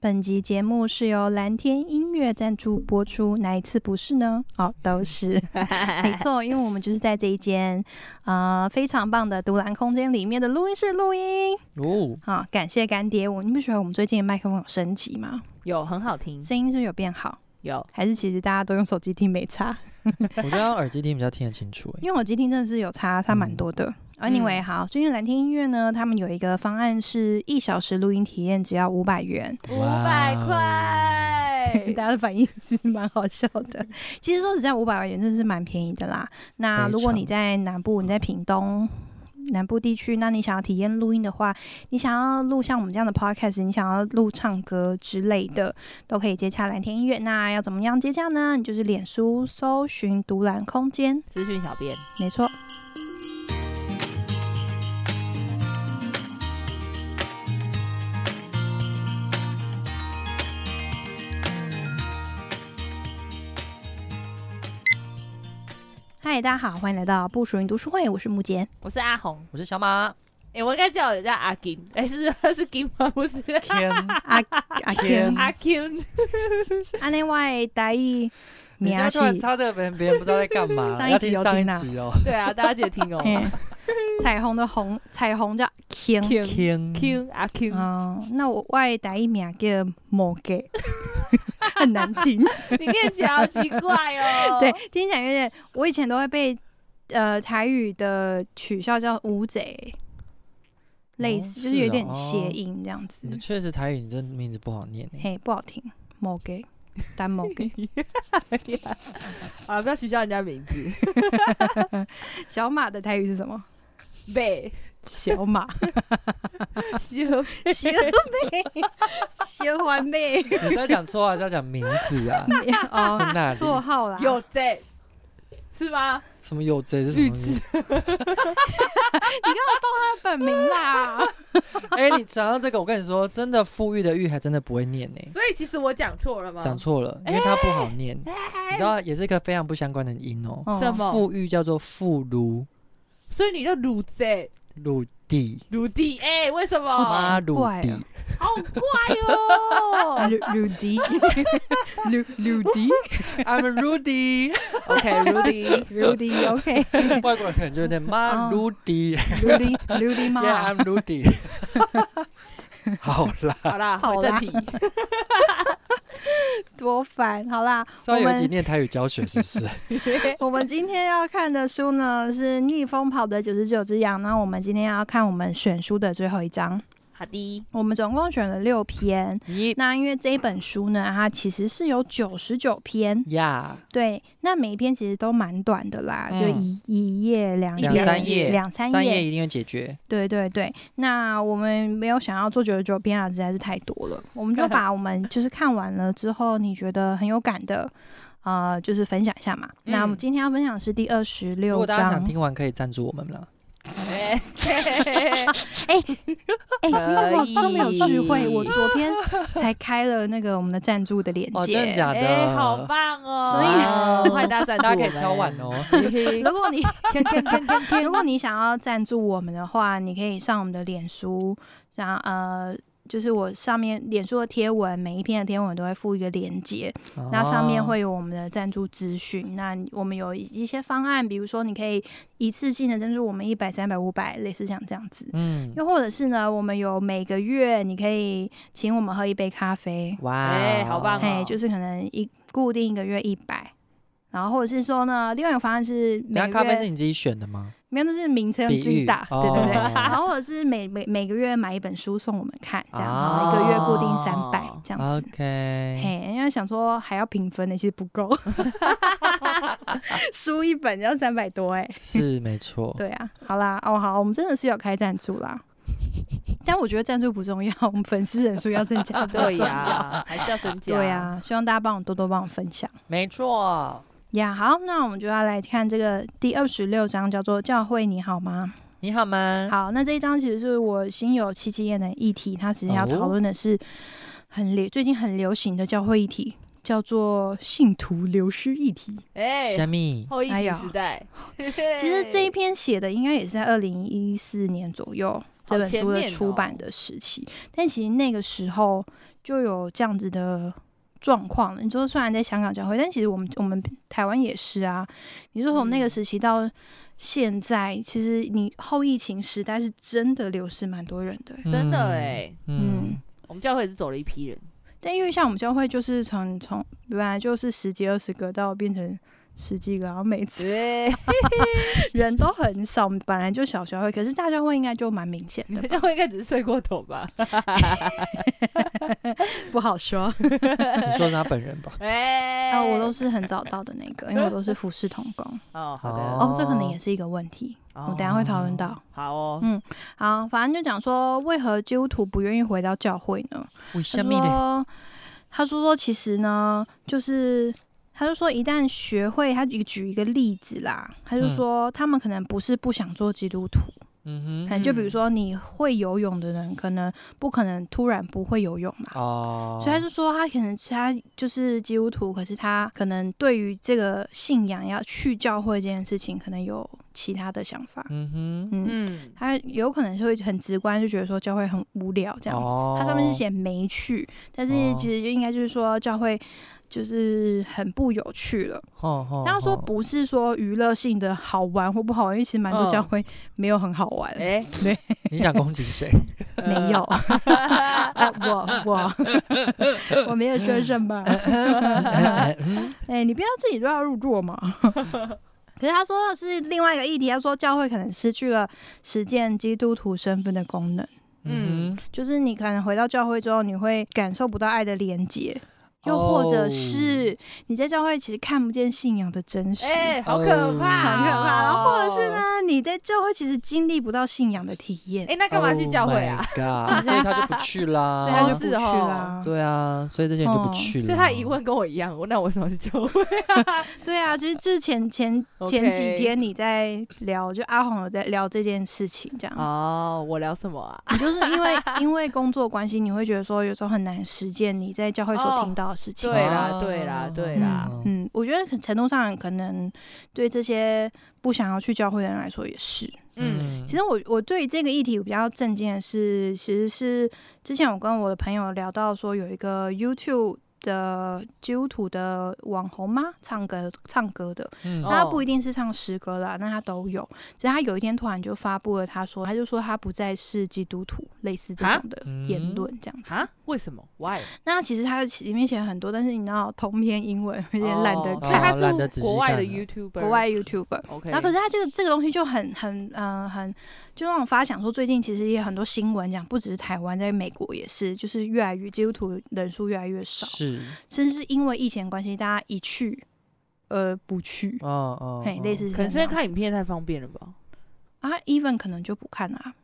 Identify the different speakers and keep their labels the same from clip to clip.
Speaker 1: 本集节目是由蓝天音乐赞助播出，哪一次不是呢？哦，都是，没错，因为我们就是在这一间呃非常棒的独蓝空间里面的录音室录音。
Speaker 2: 哦，
Speaker 1: 好、感谢干爹我，你不觉得我们最近的麦克风有升级吗？
Speaker 3: 有很好听，
Speaker 1: 声音是不是有变好，
Speaker 3: 嗯有
Speaker 1: 还是其实大家都用手机听没差？
Speaker 2: 我觉得用耳机听比较听得清 楚哎。
Speaker 1: 因为我今天真的是有差差蛮多的。Anyway，好，最近蓝天音乐呢，他们有一个方案是一小时录音体验，只要五百元。，
Speaker 3: 五
Speaker 2: 哇
Speaker 3: 百
Speaker 2: 哦
Speaker 3: 块
Speaker 1: 大家的反应其实蛮好笑的。其实说实在，五百元真的是蛮便宜的啦。那
Speaker 2: 非
Speaker 1: 如果你
Speaker 2: 常
Speaker 1: 在南部，你在屏东。南部地区，那你想要体验录音的话，你想要录像我们这样的 podcast，你想要录唱歌之类的，都可以接洽蓝天音乐。那要怎么样接洽呢？你就是脸书搜寻“独蓝空间
Speaker 3: 资讯小编，”，
Speaker 1: 没错。嗨，大家好，欢迎来到不属于读书会，我是木杰。
Speaker 3: 我是阿红。
Speaker 2: 我是小马，
Speaker 3: 哎、我应该叫人家阿金，哎、是是是金吗？不是
Speaker 2: 天，
Speaker 1: 阿阿
Speaker 2: 天
Speaker 1: 天，
Speaker 3: 阿 Q，
Speaker 1: 阿内外大意，
Speaker 2: 你现在突然插这个别人，别人不知道在干
Speaker 1: 上
Speaker 2: 嘛，
Speaker 1: 一
Speaker 2: 要
Speaker 1: 集
Speaker 2: 听
Speaker 1: 有
Speaker 2: 上一
Speaker 1: 听到
Speaker 2: 集 哦。
Speaker 3: 对啊，大家记得听 哦。
Speaker 1: 嗯彩虹的红，彩虹叫 king。
Speaker 3: Q
Speaker 2: 天，
Speaker 3: Q 阿 Q，
Speaker 1: 哦，那我外打一名叫摩给， 很难听。
Speaker 3: 你念起来好奇怪 哦。
Speaker 1: 对，，听起来有点，我以前都会被呃台语的取笑叫乌贼，类
Speaker 2: 哦
Speaker 1: 似、就是
Speaker 2: 是
Speaker 1: 有
Speaker 2: 哦
Speaker 1: 点
Speaker 2: 哦
Speaker 1: 谐音这样子
Speaker 2: 你，
Speaker 3: 哦
Speaker 2: 确实台语，你这名字不好念哎。
Speaker 1: 嘿，不好听，摩 给，单摩给。
Speaker 3: 啊，不要取笑人家名 字。
Speaker 1: 小马的台语是什么？
Speaker 3: 贝
Speaker 1: 小马，
Speaker 3: 修
Speaker 1: 小妹，小欢 妹，
Speaker 2: 你在讲错还啊是要讲名字啊？在
Speaker 1: 哦，
Speaker 2: 哪里？
Speaker 1: 座号啦，
Speaker 3: 有贼是吗？
Speaker 2: 什么有贼是什么东西？
Speaker 1: 本名啦。
Speaker 2: 哎，你讲到这个，我跟你说，真的富裕的裕还真的不会念呢，
Speaker 3: 所以其实我讲错了吗？
Speaker 2: 讲错了，因为它不好念。
Speaker 3: 哎
Speaker 2: 你知道，也是一个非常不相关的音哦。
Speaker 1: 哦
Speaker 3: 什么？
Speaker 2: 富裕叫做富如
Speaker 3: 所以你叫鲁贼
Speaker 2: 鲁地，
Speaker 3: 鲁地哎、为什么？
Speaker 1: 好奇
Speaker 2: 妈鲁
Speaker 1: 怪
Speaker 2: 地
Speaker 1: 哦，
Speaker 3: 好哦怪哟、
Speaker 1: 鲁鲁 迪，鲁鲁 迪
Speaker 2: I'm Rudy，
Speaker 3: OK，鲁迪，
Speaker 1: 鲁迪，OK，
Speaker 2: 外国人可能就有点妈
Speaker 1: 哦
Speaker 2: 鲁迪
Speaker 1: 鲁迪鲁迪妈，
Speaker 2: ，Yeah I'm Rudy。好啦，
Speaker 3: 好啦，
Speaker 1: 好
Speaker 3: 回
Speaker 1: 啦
Speaker 3: 正题。
Speaker 1: 多烦！好啦，
Speaker 2: 稍微有一
Speaker 1: 我
Speaker 2: 集
Speaker 1: 们
Speaker 2: 念台语教学是 不是？
Speaker 1: 我们今天要看的书呢是《逆风跑的九十九只羊》，那我们今天要看我们选书的最后一章，
Speaker 3: 好的，
Speaker 1: 我们总共选了六篇。
Speaker 2: 咦
Speaker 1: 那因为这一本书呢，它其实是有九十九篇，
Speaker 2: 呀，
Speaker 1: 对，那每一篇其实都蛮短的啦，
Speaker 2: 嗯
Speaker 1: 就一一页、两
Speaker 2: 两
Speaker 1: 页
Speaker 2: 三页
Speaker 1: 两三
Speaker 2: 三页一定会解决。
Speaker 1: 对对对，那我们没有想要做九十九篇啊，实在是太多了，我们就 把我们就是看完了之后，你觉得很有感的，呃，就是分享一下嘛。那我们
Speaker 3: 嗯
Speaker 1: 今天要分享的是第二十
Speaker 2: 如
Speaker 1: 六
Speaker 2: 果大家
Speaker 1: 章
Speaker 2: 想。听完，可以赞助我们了。
Speaker 3: 哎、嘿嘿嘿嘿
Speaker 1: 哎、
Speaker 3: 可
Speaker 1: 你怎么这么有智慧？
Speaker 3: 以
Speaker 1: 我昨天才开了那个我们的赞助的链
Speaker 2: 哦，真的
Speaker 1: 接。
Speaker 2: 假
Speaker 3: 哎、好
Speaker 1: 啊
Speaker 2: 的？
Speaker 3: 棒哦！
Speaker 1: 所以
Speaker 2: 呢
Speaker 3: 哇欢迎大家赞助
Speaker 2: 大
Speaker 3: 我
Speaker 2: 家可
Speaker 3: 们
Speaker 2: 以敲碗哦。
Speaker 3: 嘿嘿
Speaker 1: 如 果你 如果你想要赞助我们的话，你可以上我们的脸书，然后呃，就是我上面脸书的贴文，每一篇的贴文都会附一个链接， 那上
Speaker 2: 哦
Speaker 1: 面会有我们的赞助资讯。那我们有一些方案，比如说你可以一次性的赞助我们一百、三百、五百，类似像这样子。
Speaker 2: 嗯，
Speaker 1: 又或者是呢，我们有每个月你可以请我们喝一杯咖啡，
Speaker 2: 哇，
Speaker 3: 哎好棒
Speaker 1: 嘿，
Speaker 3: 哦
Speaker 1: 就是可能一固定一个月一百。然后或者是说呢，另外一个方案是每
Speaker 2: 等
Speaker 1: 个
Speaker 2: 下
Speaker 1: 月
Speaker 2: 咖啡是你自己选的吗？
Speaker 1: 没有，那是名称
Speaker 2: 比
Speaker 1: 自己
Speaker 2: 喻
Speaker 1: 打，对对对。
Speaker 2: 哦
Speaker 1: 然后或者是每每每个月买一本书送我们看，这样，
Speaker 2: 哦
Speaker 1: 然后一个月固定三百
Speaker 3: 哦
Speaker 1: 这
Speaker 2: 啊
Speaker 1: 样子。
Speaker 2: OK，
Speaker 1: 嘿，因为想说还要平分的，其实不够，书一本要三百多哎、
Speaker 2: 是没错。
Speaker 1: 对啊，好啦，哦好，我们真的是有开赞助啦，但我觉得赞助不重要，我们粉丝人数要增加比较
Speaker 3: 对
Speaker 1: 重
Speaker 3: 呀、
Speaker 1: 要。
Speaker 3: 还是要增加。
Speaker 1: 对呀、希望大家帮我多多帮我分享。
Speaker 2: 没错，
Speaker 1: 呀、好，那我们就要来看这个第二十六章，叫做“教会你好吗”。
Speaker 2: 你好吗？
Speaker 1: 好，那这一章其实是我心有戚戚焉的议题，它其实要讨论的是很流最近很流行的教会议题，叫做信徒流失议题。
Speaker 3: 哎、
Speaker 2: 虾米？
Speaker 3: 后疫
Speaker 1: 哎
Speaker 3: 情
Speaker 1: 呀
Speaker 3: 时代，
Speaker 1: 其实这一篇写的应该也是在二零一四年左右，这本
Speaker 3: 前
Speaker 1: 书的
Speaker 3: 面
Speaker 1: 出版
Speaker 3: 哦
Speaker 1: 的时期。但其实那个时候就有这样子的状况了。你说虽然在香港教会，但其实我们我们台湾也是啊。你说从那个
Speaker 3: 嗯
Speaker 1: 时期到现在，其实你后疫情时代是真的流失蛮多人的欸、
Speaker 3: 真的
Speaker 2: 嗯
Speaker 3: 哎、
Speaker 1: 嗯
Speaker 2: 嗯，
Speaker 3: 我们教会也是走了一批人，
Speaker 1: 但因为像我们教会就是从从本来就是十几二十个，到变成十几个，然后每次
Speaker 3: 对，
Speaker 1: 人都很少，我们本来就小教会，可是大教会应该就蛮明显
Speaker 3: 你
Speaker 1: 的
Speaker 3: 们
Speaker 1: 吧，
Speaker 3: 教会应该只是睡过头吧？
Speaker 1: 不好 说。嗯
Speaker 2: 你说是他 本人吧？
Speaker 3: 哎、
Speaker 1: 啊，我都是很早到的那 个，因为我都是服侍童工。
Speaker 3: 哦，好的，
Speaker 1: 哦，这可能也是一个问题，我们等一下会讨论到。
Speaker 3: 好哦，
Speaker 1: 嗯好，反正就讲说，为何基督徒不愿意回到教会呢？
Speaker 2: 为
Speaker 1: 他
Speaker 2: 什么呢？
Speaker 1: 说，他说说其实呢，就是他就说一旦学会，他举举一个例子啦，他就
Speaker 2: 嗯
Speaker 1: 说他们可能不是不想做基督徒，
Speaker 2: 嗯
Speaker 1: 可
Speaker 2: 哼，
Speaker 1: 能就比如
Speaker 3: 嗯
Speaker 1: 说你会游泳的人，可能不可能突然不会游泳嘛。
Speaker 2: 哦，
Speaker 1: 所以他就说，他可能他就是基督徒，可是他可能对于这个信仰要去教会这件事情，可能有其他的想法。
Speaker 2: 嗯哼，
Speaker 1: 嗯，
Speaker 3: 嗯，
Speaker 1: 他有可能是会很直观就觉得说教会很无聊这样子。
Speaker 2: 哦
Speaker 1: 他上面是写没去，但是
Speaker 2: 哦
Speaker 1: 其实就应该就是说教会就是很不有趣了。
Speaker 2: 吼，吼
Speaker 1: 但他说
Speaker 2: 吼
Speaker 1: 不是说娱乐性的好玩或不好玩，因为其实蛮多
Speaker 3: 嗯
Speaker 1: 教会没有很好玩，
Speaker 3: 哎、呃
Speaker 2: 你想攻击 谁？
Speaker 1: 没有。 啊，我我我 没有说什么。
Speaker 2: 嗯
Speaker 1: 哎、你不要自己乱入座嘛。 可是他说的是另外一个议题，他说教会可能失去了实践基督徒身份的功能，
Speaker 2: 嗯哼，
Speaker 1: 就是你可能回到教会之后，你会感受不到爱的连结，又或者是你在教会其实看不见信仰的真实，
Speaker 3: 哎、好可
Speaker 1: 很
Speaker 3: 怕、哦
Speaker 1: 可怕。然后或者是
Speaker 3: 呢？
Speaker 1: 呢，你在教会其实经历不到信仰的体验
Speaker 3: 哎、，那干嘛去教会啊？
Speaker 2: Oh my god，所以他就不去啦。
Speaker 1: 所以他就
Speaker 3: 哦
Speaker 1: 不
Speaker 3: 是
Speaker 1: 去啦。
Speaker 2: 对啊，所以这些人就不
Speaker 1: 哦
Speaker 2: 去了。
Speaker 3: 所以他疑问跟我一样，我那我为什么要去教会？
Speaker 1: 对啊，就是之前前前几
Speaker 3: OK
Speaker 1: 天你在聊，就阿红有在聊这件事情，这样。
Speaker 3: 哦，我聊什么啊？
Speaker 1: 你就是因 为因为工作关系，你会觉得说有时候很难实践你在教会所
Speaker 3: 哦
Speaker 1: 听到的事情。
Speaker 3: 对啦，对啦，对啦，
Speaker 2: 哦嗯
Speaker 1: 嗯，我觉得程度上可能对这些不想要去教会的人来说也是。
Speaker 3: 嗯，
Speaker 1: 其实我我对于这个议题比较震惊的是，其实是之前我跟我的朋友聊到说有一个 YouTube 的基督徒的网红吗？唱歌唱歌的，
Speaker 2: 嗯
Speaker 1: 那他
Speaker 3: 哦
Speaker 1: 不一定是唱诗歌啦，那他都有。只是他有一天突然就发布了，他说他就说他不再是基督徒，类似这
Speaker 3: 啊
Speaker 1: 种的言
Speaker 2: 嗯
Speaker 1: 论这样子。
Speaker 3: 啊，为什么？Why？
Speaker 1: 那其实他里面写了很多，但是你知道通篇英文有点懒得
Speaker 3: 哦所以
Speaker 1: 看，
Speaker 2: 哦懒得
Speaker 3: 他
Speaker 2: 仔细
Speaker 3: 是国外的
Speaker 2: 看了
Speaker 3: YouTuber，
Speaker 1: 国外 YouTuber。
Speaker 3: OK，
Speaker 1: 然后可是他这个这个东西就很很嗯、呃很，就让我发想说，最近其实也很多新闻讲，不只是台湾，在美国也是，就是越来越基督徒人数越来越少，
Speaker 2: 是，
Speaker 1: 甚至是因为疫情的关系，大家一去而不去，
Speaker 2: 哦哦，
Speaker 1: 嘿，
Speaker 2: 哦
Speaker 1: 类似
Speaker 3: 可能是因为看
Speaker 1: 看
Speaker 3: 影片太方便了吧？
Speaker 1: 啊他，even 可能就不看啦、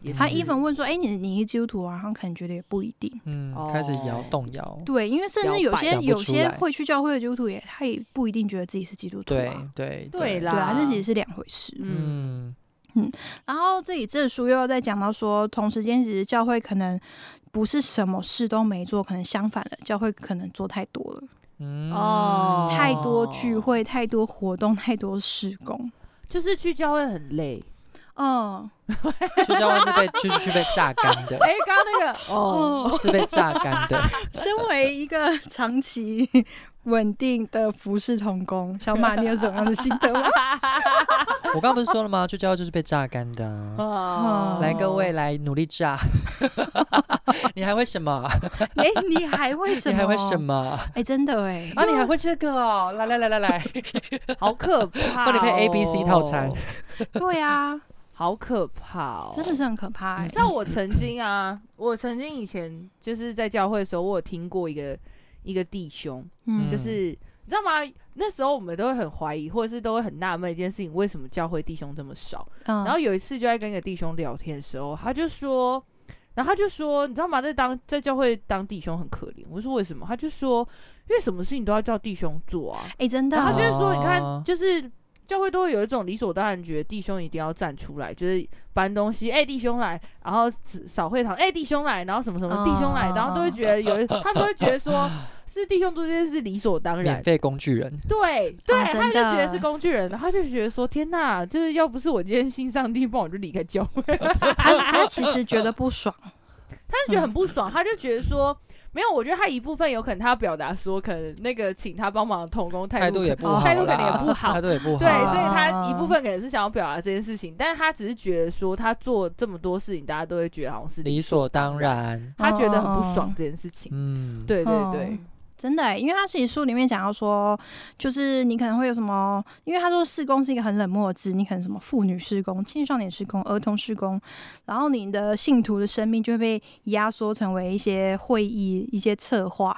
Speaker 3: 也是
Speaker 1: 他 even 问说，哎、你你是基督徒啊？他可能觉得也不一定。
Speaker 2: 嗯，开始摇
Speaker 3: 哦
Speaker 2: 动摇，
Speaker 1: 对，因为甚至
Speaker 3: 摇
Speaker 1: 有
Speaker 3: 摆
Speaker 1: 些
Speaker 2: 想不
Speaker 1: 有
Speaker 2: 出
Speaker 1: 些
Speaker 2: 来
Speaker 1: 会去教会的基督徒也，他也不一定觉得自己是基督徒、啊。
Speaker 2: 对对
Speaker 3: 对啦
Speaker 1: 对啊，那其实是两回事。
Speaker 3: 嗯
Speaker 2: 嗯
Speaker 1: 然后这里这书又在讲到说，同时间其实教会可能不是什么事都没做，可能相反的，教会可能做太多了，
Speaker 2: 嗯
Speaker 3: 哦
Speaker 1: 太多聚会，太多活动，太多施工。
Speaker 3: 就是去教会很累。
Speaker 1: 嗯，
Speaker 2: 就像万是被就是去被榨干的，
Speaker 3: 哎，刚刚那个 哦，
Speaker 1: 哦，
Speaker 2: 是被榨干的，
Speaker 1: 身为一个长期稳定的服侍童工，小马，你有什么样的心得吗？
Speaker 2: 我刚不是说了吗？去教会就是被榨干的啊。
Speaker 3: 哦
Speaker 2: 来，各位，来努力榨， 你还会什么？
Speaker 1: 哎、你还会什
Speaker 2: 你
Speaker 1: 么？
Speaker 2: 还会什？么？
Speaker 3: 哦
Speaker 1: 哎、真的哎、
Speaker 2: 啊，你还会这个哦！来来来来来，
Speaker 3: 好可怕
Speaker 2: 帮
Speaker 3: 哦！
Speaker 2: 你配 A B C 套餐
Speaker 1: 对啊，
Speaker 3: 好可怕哦！
Speaker 1: 真的是很可怕、哎
Speaker 2: 嗯
Speaker 3: 你知道我曾经啊，我曾经以前就是在教会的时候，我有听过一个一个弟兄，
Speaker 1: 嗯，
Speaker 3: 就是你知道吗？那时候我们都会很怀疑，或者是都会很纳闷一件事情：为什么教会弟兄这么少？
Speaker 1: 嗯
Speaker 3: 然后有一次就在跟一个弟兄聊天的时候，他就说，然后他就说，你知道吗？在当在教会当弟兄很可怜。我说为什么？他就说，因为什么事情都要叫弟兄做啊。
Speaker 1: 哎、真的，
Speaker 3: 然后他就是说，你
Speaker 2: 哦
Speaker 3: 看，就是教会都会有一种理所当然，觉得弟兄一定要站出来，就是搬东西，哎、弟兄来，然后只扫会堂，哎、弟兄来，然后什么什么
Speaker 1: 哦
Speaker 3: 弟兄来，然后都会觉得有，他们都会觉得说，是是弟兄做这件事理所当然
Speaker 2: 免。费工具人，
Speaker 3: 对对，
Speaker 1: 啊真
Speaker 3: 他就觉得
Speaker 1: 的
Speaker 3: 是工具人，他就觉得说：“天哪，就是要不是我今天信上帝，不然我就离开教会。
Speaker 1: 他他其实觉得不爽，”
Speaker 3: 他就觉得很不爽，他就觉得说：“没有，我觉得他一部分有可能他表达说，可能那个请他帮忙的童工态
Speaker 2: 态
Speaker 3: 度
Speaker 2: 度
Speaker 3: 可
Speaker 2: 也
Speaker 3: 能
Speaker 2: 不好啦，
Speaker 3: 态度可能也不 好
Speaker 2: 态度也不好。
Speaker 3: 对，
Speaker 1: 啊
Speaker 3: 所以他一部分可能是想要表达这件事情，但是他只是觉得说他做这么多事情，大家都会觉得好像是
Speaker 2: 理所当，然。
Speaker 3: 他觉得很
Speaker 1: 哦哦
Speaker 3: 不
Speaker 1: 哦
Speaker 3: 爽这件事情。
Speaker 2: 嗯，，
Speaker 3: 对对
Speaker 1: 嗯
Speaker 3: 对，
Speaker 1: 真的欸、因为他其实书里面讲到说，就是你可能会有什么，因为他说社工是一个很冷漠的字，你可能什么妇女社工、青少年社工、儿童社工，然后你的信徒的生命就会被压缩成为一些会议、一些策划、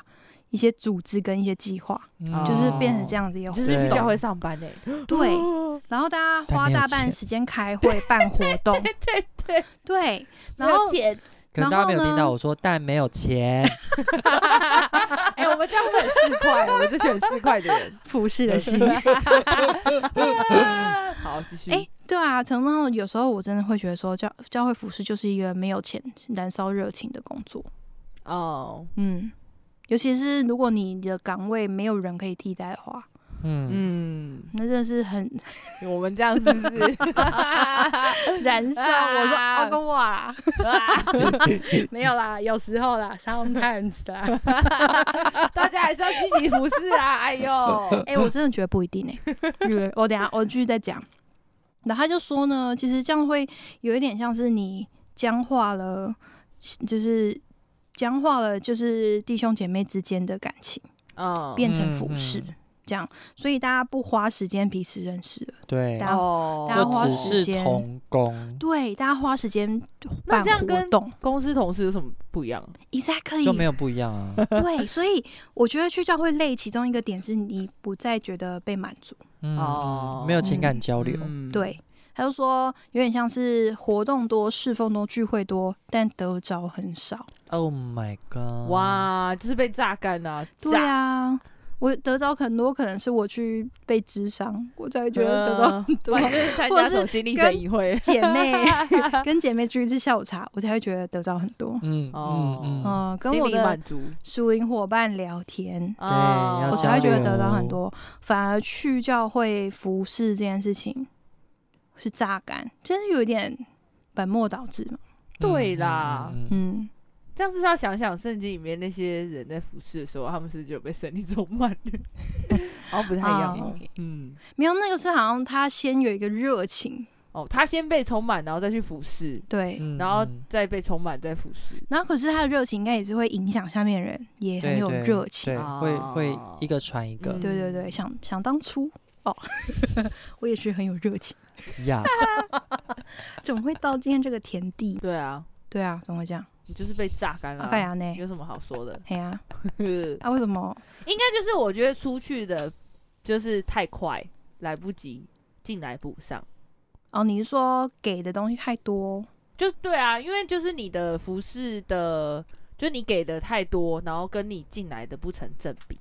Speaker 1: 一些组织跟一些计划，
Speaker 2: 嗯
Speaker 1: 就是变成这样子一个活
Speaker 3: 哦就
Speaker 1: 动。
Speaker 3: 是去教会上班欸哦诶、
Speaker 1: 对，然后大家花大
Speaker 2: 但没有
Speaker 1: 半
Speaker 2: 钱
Speaker 1: 时间开会、办活动，
Speaker 3: 对对，
Speaker 1: 对，然
Speaker 3: 没有
Speaker 1: 后
Speaker 3: 钱，
Speaker 2: 可能大家没
Speaker 1: 然
Speaker 2: 有
Speaker 1: 后呢
Speaker 2: 听到我说，但没有钱，
Speaker 3: 哎、我们这样会很四块，我们这群很四块 的人。
Speaker 1: 服饰的戏。
Speaker 3: 好，继续。
Speaker 1: 哎、对啊，陈梦有时候我真的会觉得说教教会服饰就是一个没有钱燃烧热情的工作，
Speaker 3: 哦，
Speaker 1: 嗯，尤其是如果你的岗位没有人可以替代的话，
Speaker 2: 嗯，
Speaker 3: 嗯，
Speaker 1: 那真的是 很
Speaker 3: 我们这样是不 是？
Speaker 1: 燃烧。我说阿公哇，啊 没有啦，有时候啦，sometimes 啦。
Speaker 3: 大家还是要积极服侍 啊！哎呦，
Speaker 1: 哎、我真的觉得不一定哎、 我等一下我继续再讲。然后他就说呢，其实这样会有一点像是你僵化了，就是僵化了，就是弟兄姐妹之间的感情。
Speaker 3: 嗯，
Speaker 1: 变成服饰
Speaker 2: 嗯嗯
Speaker 1: 这样，所以大家不花时间彼此认识了。
Speaker 2: 对，
Speaker 1: 大
Speaker 3: 哦，
Speaker 1: 大家
Speaker 2: 就
Speaker 1: 花
Speaker 2: 只
Speaker 1: 时
Speaker 2: 是
Speaker 1: 间
Speaker 2: 童工，
Speaker 1: 对，大家花时间
Speaker 3: 那
Speaker 1: 办
Speaker 3: 这样
Speaker 1: 活
Speaker 3: 跟
Speaker 1: 动
Speaker 3: 公司同事有什么不一样？
Speaker 1: ，exactly
Speaker 2: 就没有不一样啊。
Speaker 1: 对，所以我觉得去教会累，其中一个点是你不再觉得被满足。
Speaker 2: 嗯
Speaker 3: 哦嗯
Speaker 2: 嗯，没有情感交
Speaker 3: 交
Speaker 2: 流，
Speaker 1: 对，他就说有点像是活动多、侍奉多、聚会多，但得着很少。
Speaker 2: Oh my god！，
Speaker 3: 哇，就是被榨干啊！
Speaker 1: 对
Speaker 3: 榨，
Speaker 1: 啊。我得着很多，可能是我去被智商，我才会觉得得
Speaker 3: 嗯
Speaker 1: 着很多。
Speaker 3: 反正参
Speaker 1: 或
Speaker 3: 加
Speaker 1: 者是
Speaker 3: 手机历
Speaker 1: 跟
Speaker 3: 程一会，
Speaker 1: 姐 妹跟姐妹聚一次下午茶，我才会觉得得着很多。
Speaker 2: 嗯
Speaker 3: 哦
Speaker 2: 嗯嗯，
Speaker 1: 嗯，跟
Speaker 3: 心
Speaker 1: 我
Speaker 3: 理
Speaker 1: 的
Speaker 3: 满足，哦
Speaker 1: 属灵伙伴聊天，
Speaker 3: 对
Speaker 2: 要
Speaker 1: 我
Speaker 2: 交
Speaker 1: 才会觉得
Speaker 2: 流
Speaker 1: 得到很多。反而去教会服侍这件事情是榨干，真是有一点本末倒置嘛。
Speaker 3: 对
Speaker 2: 嗯
Speaker 3: 啦，
Speaker 2: 嗯嗯
Speaker 1: 嗯，
Speaker 3: 这样是要想想圣经里面那些人在服侍的时候，他们是不是就被神力充满了， 好像不太一样哦
Speaker 1: 哦。
Speaker 3: 嗯，
Speaker 1: 没有那个是好像他先有一个热情，
Speaker 3: 哦，他先被充满，然后再去服侍，
Speaker 1: 对，
Speaker 2: 嗯
Speaker 3: 然后
Speaker 2: 嗯
Speaker 3: 再被充满，再服侍。
Speaker 1: 然后可是他的热情应该也是会影响下面的人，也很
Speaker 2: 对
Speaker 1: 有
Speaker 2: 对
Speaker 1: 热情。
Speaker 2: 对，会会一个传一个
Speaker 3: 嗯
Speaker 1: 对对对，想想当初 哦，我也是很有热情，
Speaker 3: 嗯
Speaker 2: 呀，
Speaker 1: 怎么会到今天这个田地？
Speaker 3: 对啊，对
Speaker 1: 对啊，怎么会这样？
Speaker 3: 你就是被榨干了
Speaker 1: 阿凯
Speaker 3: 啊。
Speaker 1: 亚呢？
Speaker 3: 有什么好说 的？
Speaker 1: 嘿呀，
Speaker 3: 应
Speaker 1: 啊为什么？
Speaker 3: 该就是我觉得出去的，就是太快，来不及进来补上。
Speaker 1: 哦，你是说给的东西太多？
Speaker 3: 就对啊，因为就是你的服饰的，就你给的太多，然后跟你进来的不成正比。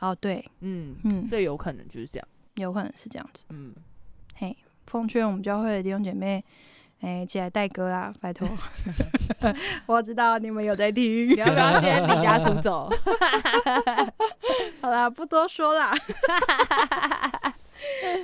Speaker 1: 哦，对，
Speaker 3: 嗯，
Speaker 1: 嗯，
Speaker 3: 最有可能就是这样。
Speaker 1: 有可能是这样子。
Speaker 3: 嗯，
Speaker 1: 嘿，奉劝我们教会的弟兄姐妹，哎、起来带歌啦，拜 托！ 我知道你们有在听
Speaker 3: 你。 要不要先离家出走？
Speaker 1: 好啦，不多说啦。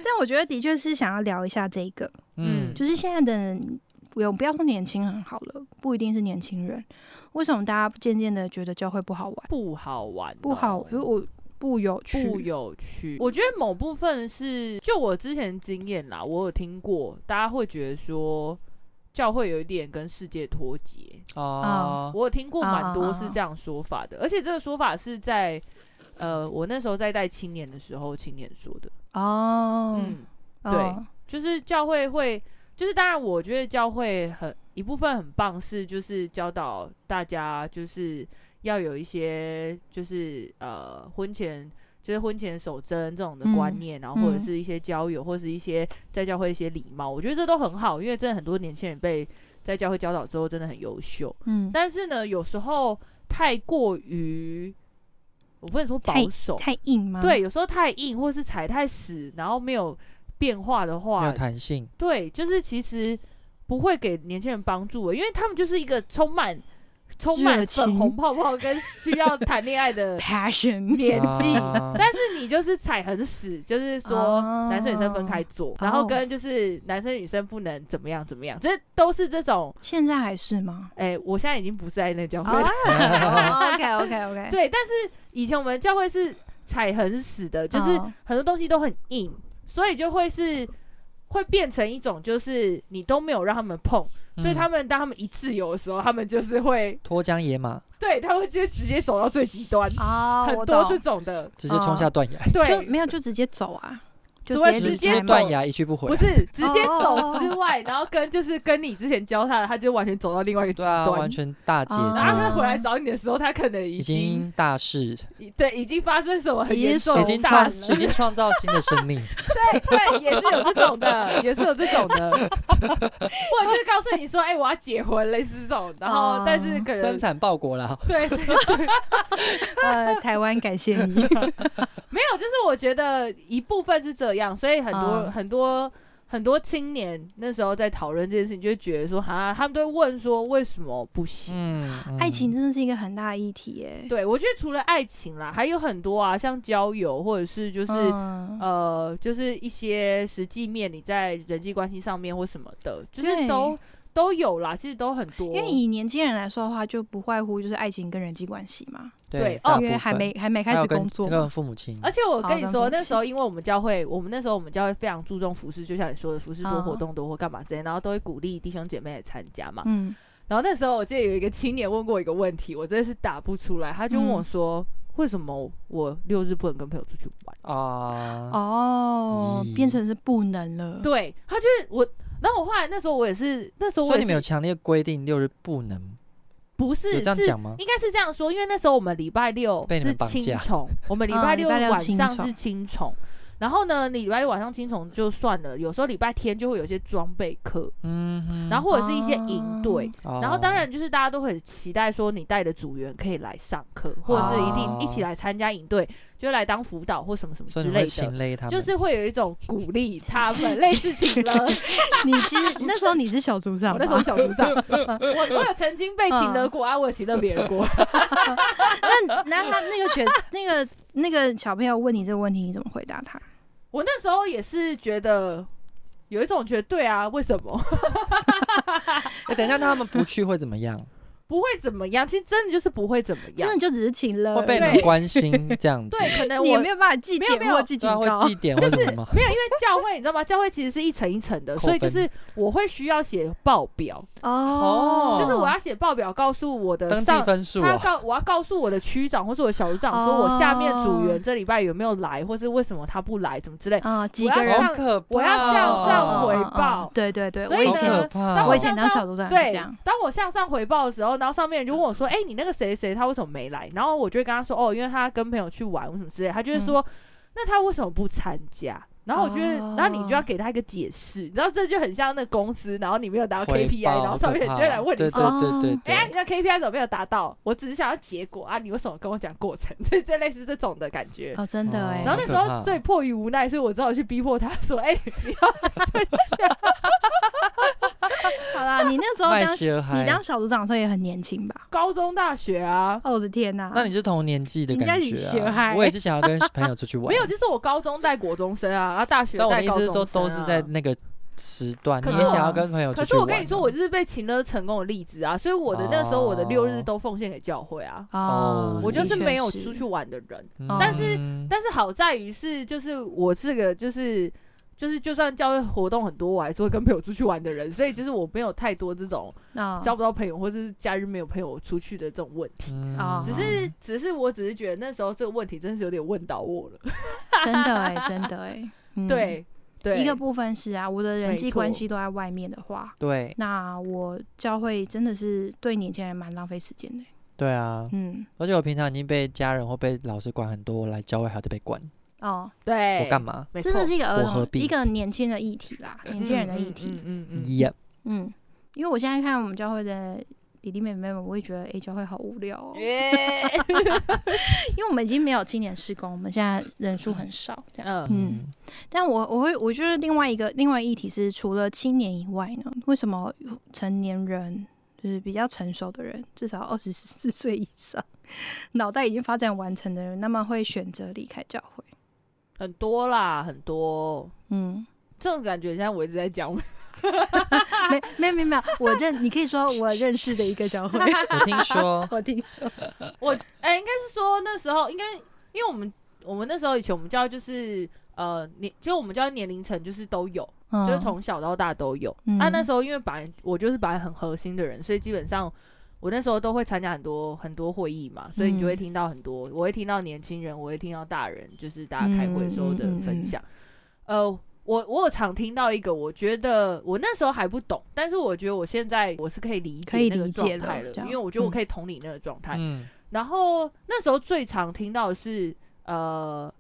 Speaker 1: 但我觉得的确是想要聊一下这个，
Speaker 2: 嗯
Speaker 3: 嗯，
Speaker 1: 就是现在的人，不用不要说年轻人好了，不一定是年轻人，为什么大家渐渐的觉得教会不好玩？
Speaker 3: 不好玩哦、
Speaker 1: 不好，因为我不有趣。
Speaker 3: 不有趣。我觉得某部分是，就我之前经验啦，我有听过，大家会觉得说教会有一点跟世界脱节。
Speaker 2: 哦，
Speaker 3: 我有听过蛮多是
Speaker 1: 啊
Speaker 3: 这样说法的，而且这个说法是在呃，我那时候在带青年的时候，青年说的。
Speaker 1: 哦，
Speaker 3: 嗯，
Speaker 1: 哦，
Speaker 3: 就是教会会，就是当然，我觉得教会很一部分很棒，是就是教导大家，就是要有一些就是呃婚前。就是婚前守贞这种的观
Speaker 1: 嗯
Speaker 3: 念，然后或者
Speaker 1: 嗯
Speaker 3: 是一些交友，或者是一些在教会一些礼貌，我觉得这都很好，因为真的很多年轻人被在教会教导之后真的很优秀。
Speaker 1: 嗯，
Speaker 3: 但是呢，有时候太过于，我不能说保
Speaker 1: 太
Speaker 3: 守，
Speaker 1: 太啊硬吗？
Speaker 3: 对，有时候太硬，或是踩太死，然后没有变化的
Speaker 2: 没有
Speaker 3: 话，
Speaker 2: 弹性，
Speaker 3: 欸对，就是其实不会给年轻人帮助，因为他们就是一个充满充满
Speaker 1: 热
Speaker 3: 粉
Speaker 1: 情
Speaker 3: 红泡泡跟需要谈恋爱 的
Speaker 1: passion，
Speaker 3: 年纪，
Speaker 2: 啊
Speaker 3: 但是你就是踩很死，就是说
Speaker 1: 哦
Speaker 3: 男生女生分开做，然后跟就是男生女生不能怎么样怎么样，就是都是这种。
Speaker 1: 现在还是吗？
Speaker 3: 哎、我现在已经不是在那教会
Speaker 1: 哦
Speaker 3: 了，哦
Speaker 1: OK OK OK，，
Speaker 3: 对，但是以前我们教会是踩很死的，就是
Speaker 1: 哦
Speaker 3: 很多东西都很硬，所以就会是会变成一种就是你都没有让他们碰，所以
Speaker 2: 嗯
Speaker 3: 他们当他们一自由的时候，他们就是会
Speaker 2: 脱缰野马
Speaker 3: 对，他们就直接走到最极端，
Speaker 1: 哦，
Speaker 3: 很
Speaker 1: 我
Speaker 3: 多这
Speaker 1: 懂，
Speaker 3: 种的，
Speaker 2: 直接冲下断崖，
Speaker 1: 就
Speaker 3: 对，
Speaker 1: 没有就直接走啊，就
Speaker 3: 除了
Speaker 2: 就是
Speaker 3: 啊哎直
Speaker 1: 离
Speaker 3: 接
Speaker 1: 开
Speaker 3: 走
Speaker 1: 嘛
Speaker 2: 断崖一去不回
Speaker 3: 不。是直接走
Speaker 1: 哦
Speaker 3: 之外，然后跟就是跟你之前教他的，他就完全走到另外一个极
Speaker 2: 对啊，完
Speaker 3: 端。
Speaker 2: 全大姐
Speaker 1: 哦
Speaker 3: 然后他
Speaker 1: 嗯
Speaker 3: 回来找你的时候，他可能
Speaker 2: 已
Speaker 3: 已经
Speaker 2: 经大事，
Speaker 3: 已对已经发生什么很
Speaker 1: 已经
Speaker 3: 严重
Speaker 1: 手
Speaker 2: 已
Speaker 3: 的
Speaker 2: 经
Speaker 3: 大
Speaker 2: 创
Speaker 3: 事
Speaker 2: 已经创造新的生 命。
Speaker 3: 对，也是有这 种的，也是有这种的，或者就是告诉你说，哎、我要结婚，类似这种，然后
Speaker 1: 哦
Speaker 3: 但是可能
Speaker 2: 增产报国啦，
Speaker 3: 对对
Speaker 1: 呃，台湾感谢 你，
Speaker 3: 没有，就是我觉得一部分是这样，所以很多、
Speaker 1: 嗯
Speaker 3: 很多很多青年那时候在讨论这件事情，就会觉得说，哈，他们都会问说为什么不行？
Speaker 2: 嗯，嗯
Speaker 1: 爱情真的是一个很大的议题耶，
Speaker 3: 对我觉得除了爱情啦，还有很多啊，像交友或者是就是。
Speaker 1: 嗯
Speaker 3: 呃，就是一些实际面，你在人际关系上面或什么的，就是
Speaker 1: 对
Speaker 3: 都都有啦，其实都很多。
Speaker 1: 因为以年轻人来说的话，就不外乎就是爱情跟人际关系嘛，
Speaker 3: 对
Speaker 2: 对，
Speaker 3: 哦
Speaker 2: 大
Speaker 1: 因为
Speaker 2: 部
Speaker 1: 还
Speaker 2: 分
Speaker 1: 没还没
Speaker 2: 还
Speaker 1: 开
Speaker 2: 有
Speaker 1: 始
Speaker 2: 跟
Speaker 1: 工作嘛
Speaker 2: 跟，父母亲，
Speaker 3: 而且我
Speaker 1: 好
Speaker 3: 跟你
Speaker 1: 跟
Speaker 3: 说，
Speaker 1: 风
Speaker 3: 那
Speaker 1: 气
Speaker 3: 时候因为我们教会，我们那时候我们教会非常注重服饰，就像你说的，服饰多、
Speaker 1: 嗯
Speaker 3: 活动多或干嘛之类，然后都会鼓励弟兄姐妹来参加嘛。
Speaker 1: 嗯，
Speaker 3: 然后那时候我记得有一个青年问过一个问题，我真的是答不出来，他就问我
Speaker 2: 嗯
Speaker 3: 说。为什么我六日不能跟朋友出去玩？
Speaker 1: 嗯
Speaker 3: 哦
Speaker 2: 啊，
Speaker 1: 哦，
Speaker 3: 嗯
Speaker 2: 咦
Speaker 1: 变成是不能了，
Speaker 2: 嗯
Speaker 3: 对他就是我，然后我后来那时候我也是，那时候我
Speaker 2: 所以
Speaker 3: 也
Speaker 2: 你们有
Speaker 3: 是
Speaker 2: 强烈规定六日不能
Speaker 3: 不
Speaker 2: 有
Speaker 3: 是
Speaker 2: 这样
Speaker 3: 是
Speaker 2: 讲吗？
Speaker 3: 应该是这样说，因为那时候我们礼拜六
Speaker 2: 被你
Speaker 3: 是
Speaker 2: 们绑
Speaker 3: 青
Speaker 2: 架
Speaker 3: 虫，我们礼
Speaker 1: 嗯
Speaker 3: 拜
Speaker 1: 礼
Speaker 3: 六
Speaker 1: 拜六
Speaker 3: 晚
Speaker 1: 青
Speaker 3: 上
Speaker 1: 虫
Speaker 3: 是青虫，然后呢，礼拜六晚上青虫就算了，有时候礼拜天就会有一些装备课，
Speaker 2: 嗯哼，
Speaker 3: 然后或者是一些营队，
Speaker 2: 哦
Speaker 3: 然后当然就是大家都很期待说你带的组员可以来上课，或者是一定一起来参加营队，就来当辅导或什么什么
Speaker 2: 哦所以
Speaker 3: 之
Speaker 2: 你
Speaker 3: 类
Speaker 2: 会情
Speaker 3: 的，
Speaker 2: 勒他们，
Speaker 3: 就是会有一种鼓励他们，类似情 了。
Speaker 1: 你其实那时候你是小组长
Speaker 3: 我
Speaker 1: 吧，
Speaker 3: 那时候小 组长，我我有曾经被请了过，啊，我也请了别人
Speaker 2: 嗯
Speaker 3: 过。
Speaker 1: 那那那那个学那个那个小朋友问你这个问题，你怎么回答他？
Speaker 3: 我那时候也是觉得有一种觉得对啊，为什么
Speaker 2: 哎，等一下，那他们不去会怎么样？
Speaker 3: 不会怎么样？其实真的就是不会怎么
Speaker 1: 真
Speaker 3: 样
Speaker 1: 的。就只是请了，
Speaker 2: 会被你
Speaker 3: 对
Speaker 2: 们关心这样子，
Speaker 3: 对，可能
Speaker 1: 你也
Speaker 3: 我
Speaker 1: 没有办法记
Speaker 3: 没有
Speaker 1: 点
Speaker 3: 没有
Speaker 1: 或记
Speaker 2: 对
Speaker 1: 警
Speaker 2: 啊，会
Speaker 1: 告。
Speaker 2: 祭点或什么吗？
Speaker 3: 没有，因为教会你知道吗？教会其实是一层一层的，
Speaker 2: 扣
Speaker 3: 所以就
Speaker 2: 分
Speaker 3: 是我会需要写报表，
Speaker 2: 哦
Speaker 3: 就是我要写报表告诉我的
Speaker 2: 登记
Speaker 3: 上，
Speaker 2: 分数
Speaker 3: 他要
Speaker 2: 哦，
Speaker 3: 告我要告诉我的区长或是我的小组长，说我下面组员这礼拜有没有来，或是为什么他不来，怎么之类。
Speaker 1: 哦啊几
Speaker 3: 我
Speaker 1: 个
Speaker 3: 要
Speaker 1: 人
Speaker 3: 上
Speaker 2: 好可怕哦，
Speaker 3: 我要向上回
Speaker 1: 嗯嗯嗯
Speaker 3: 报
Speaker 1: 对对对，
Speaker 3: 所
Speaker 1: 我
Speaker 3: 以
Speaker 1: 以
Speaker 2: 好
Speaker 3: 呢
Speaker 1: 前
Speaker 2: 可怕
Speaker 3: 当
Speaker 2: 哦，
Speaker 1: 我以前
Speaker 3: 向
Speaker 1: 当
Speaker 3: 上
Speaker 1: 小组长也
Speaker 3: 对
Speaker 1: 是这样，，
Speaker 3: 当我向上回报的时候，然后上面就问我说：“哎、你那个谁谁他为什么没来？”然后我就会跟他说：“哦，因为他跟朋友去玩，或什么之类。”他就会
Speaker 1: 嗯
Speaker 3: 说：“那他为什么不参加？”然后我就会，
Speaker 1: 哦
Speaker 3: 然后你就要给他一个解释，然后这就很像那公司，然后你没有达到
Speaker 2: 回
Speaker 3: KPI，
Speaker 2: 报
Speaker 3: 然后上面人就会来问你
Speaker 2: 哦对
Speaker 3: 说。
Speaker 2: 对对对
Speaker 3: 哎
Speaker 2: 对，
Speaker 3: 呀，你的 KPI 怎么没有达到？我只是想要结果啊！你为什么跟我讲过程？ 这这类似这种的感觉。
Speaker 1: 哦真的
Speaker 2: 哦
Speaker 1: 哎，
Speaker 3: 然后那时
Speaker 2: 好可怕
Speaker 3: 候最迫于无奈，所以我只好去逼迫他说：“哎、
Speaker 1: 好啦，你那时候
Speaker 2: 麦
Speaker 1: 当
Speaker 2: 西尔嗨
Speaker 1: 你当小组长的时候也很年轻吧？
Speaker 3: 高中、大学啊，
Speaker 1: 哦我的天呐，
Speaker 2: 那你是同年纪的感
Speaker 1: 人家已经
Speaker 2: 觉
Speaker 1: 学
Speaker 2: 啊！
Speaker 1: 嗨
Speaker 2: 我也是想要跟朋友出去玩，
Speaker 3: 没有，就是我高中带国中生啊，啊，大学带
Speaker 2: 但
Speaker 3: 高
Speaker 2: 我
Speaker 3: 中
Speaker 2: 的意
Speaker 3: 生、
Speaker 2: 思
Speaker 3: 啊。
Speaker 2: 是说，都是在那个时段，
Speaker 3: 可
Speaker 2: 你
Speaker 3: 是
Speaker 2: 也
Speaker 3: 我
Speaker 2: 想要跟朋友出去
Speaker 3: 可
Speaker 2: 玩。啊
Speaker 3: 是我跟你说，我就是被请了成功的例子啊，所以我的那时候我的六日都奉献给教会啊，
Speaker 2: 哦
Speaker 3: 我就是
Speaker 1: 的确
Speaker 3: 没有
Speaker 1: 是
Speaker 3: 出去玩的人。
Speaker 2: 嗯，
Speaker 1: 但
Speaker 3: 是但是好在于是，就是我是个就是就是就算教会活动很多，我还是会跟朋友出去玩的人，所以就是我没有太多这种
Speaker 1: 那
Speaker 3: 交不到朋友或者是假日没有朋友出去的这种问题。
Speaker 2: 嗯
Speaker 1: 哦
Speaker 3: 只是，只是，我只是觉得那时候这个问题真是有点问倒我了。
Speaker 1: 真的哎，真的哎，嗯。
Speaker 3: 对，对，
Speaker 1: 一个部分是啊，我的人
Speaker 3: 没
Speaker 1: 际
Speaker 3: 错
Speaker 1: 关系都在外面的话，
Speaker 2: 对
Speaker 1: 那我教会真的是对年轻人蛮浪费时间的。
Speaker 2: 对啊，
Speaker 1: 嗯，
Speaker 2: 而且我平常已经被家人或被老师管很多，我来教会还要再被管，
Speaker 1: 哦，
Speaker 3: 对，
Speaker 2: 我干？嘛？
Speaker 3: 没错
Speaker 1: 真，的是一个儿
Speaker 2: 我何
Speaker 1: 童
Speaker 2: 必
Speaker 1: 一个年轻的议题啦，年轻人的议题。嗯
Speaker 3: 嗯嗯嗯嗯，
Speaker 2: 耶，
Speaker 1: 因为我现在看我们教会的弟弟妹妹们，我会觉得哎、诶教会好无聊、哦，
Speaker 3: 耶，
Speaker 1: 因为我们已经没有青年施工，我们现在人数很少这样。
Speaker 3: 嗯，
Speaker 1: 嗯，但我我会我觉得另外一个另外一个议题是，除了青年以外呢，为什么成年人就是比较成熟的人，至少二十四岁以上，脑袋已经发展完成的人，那么会选择离开教会。
Speaker 3: 很多啦，很多。
Speaker 1: 嗯，
Speaker 3: 这种感觉，现在我一直在讲，
Speaker 1: 没没有没有没有，我认你可以说我认识的一个 教会，
Speaker 2: 嗯我听 说
Speaker 1: 我听说，
Speaker 3: 我哎、应该是说那时候应该，因为我们我们那时候以前我们教就是呃年，就我们教年龄层就是都有，
Speaker 1: 嗯
Speaker 3: 就是从小到大都有。
Speaker 1: 嗯
Speaker 3: 啊，那时候因为本来我就是本来很核心的人，所以基本上我那时候都会参加很多很多会议嘛，所以你就会
Speaker 1: 嗯
Speaker 3: 听到很多，我会听到年轻人，我会听到大人，就是大家开会的时候的
Speaker 1: 嗯嗯嗯
Speaker 3: 分
Speaker 1: 嗯
Speaker 3: 享。呃，我我有常听到一个，我觉得我那时候还不懂，但是我觉得我现在我是可以理
Speaker 1: 可以
Speaker 3: 解那个
Speaker 1: 理
Speaker 3: 状
Speaker 1: 解
Speaker 3: 态
Speaker 1: 了
Speaker 3: 了，
Speaker 1: 这样
Speaker 3: 因为我觉得我
Speaker 1: 嗯
Speaker 3: 可以同理那个状态。
Speaker 2: 嗯，
Speaker 3: 然后那时候最常听到的是呃。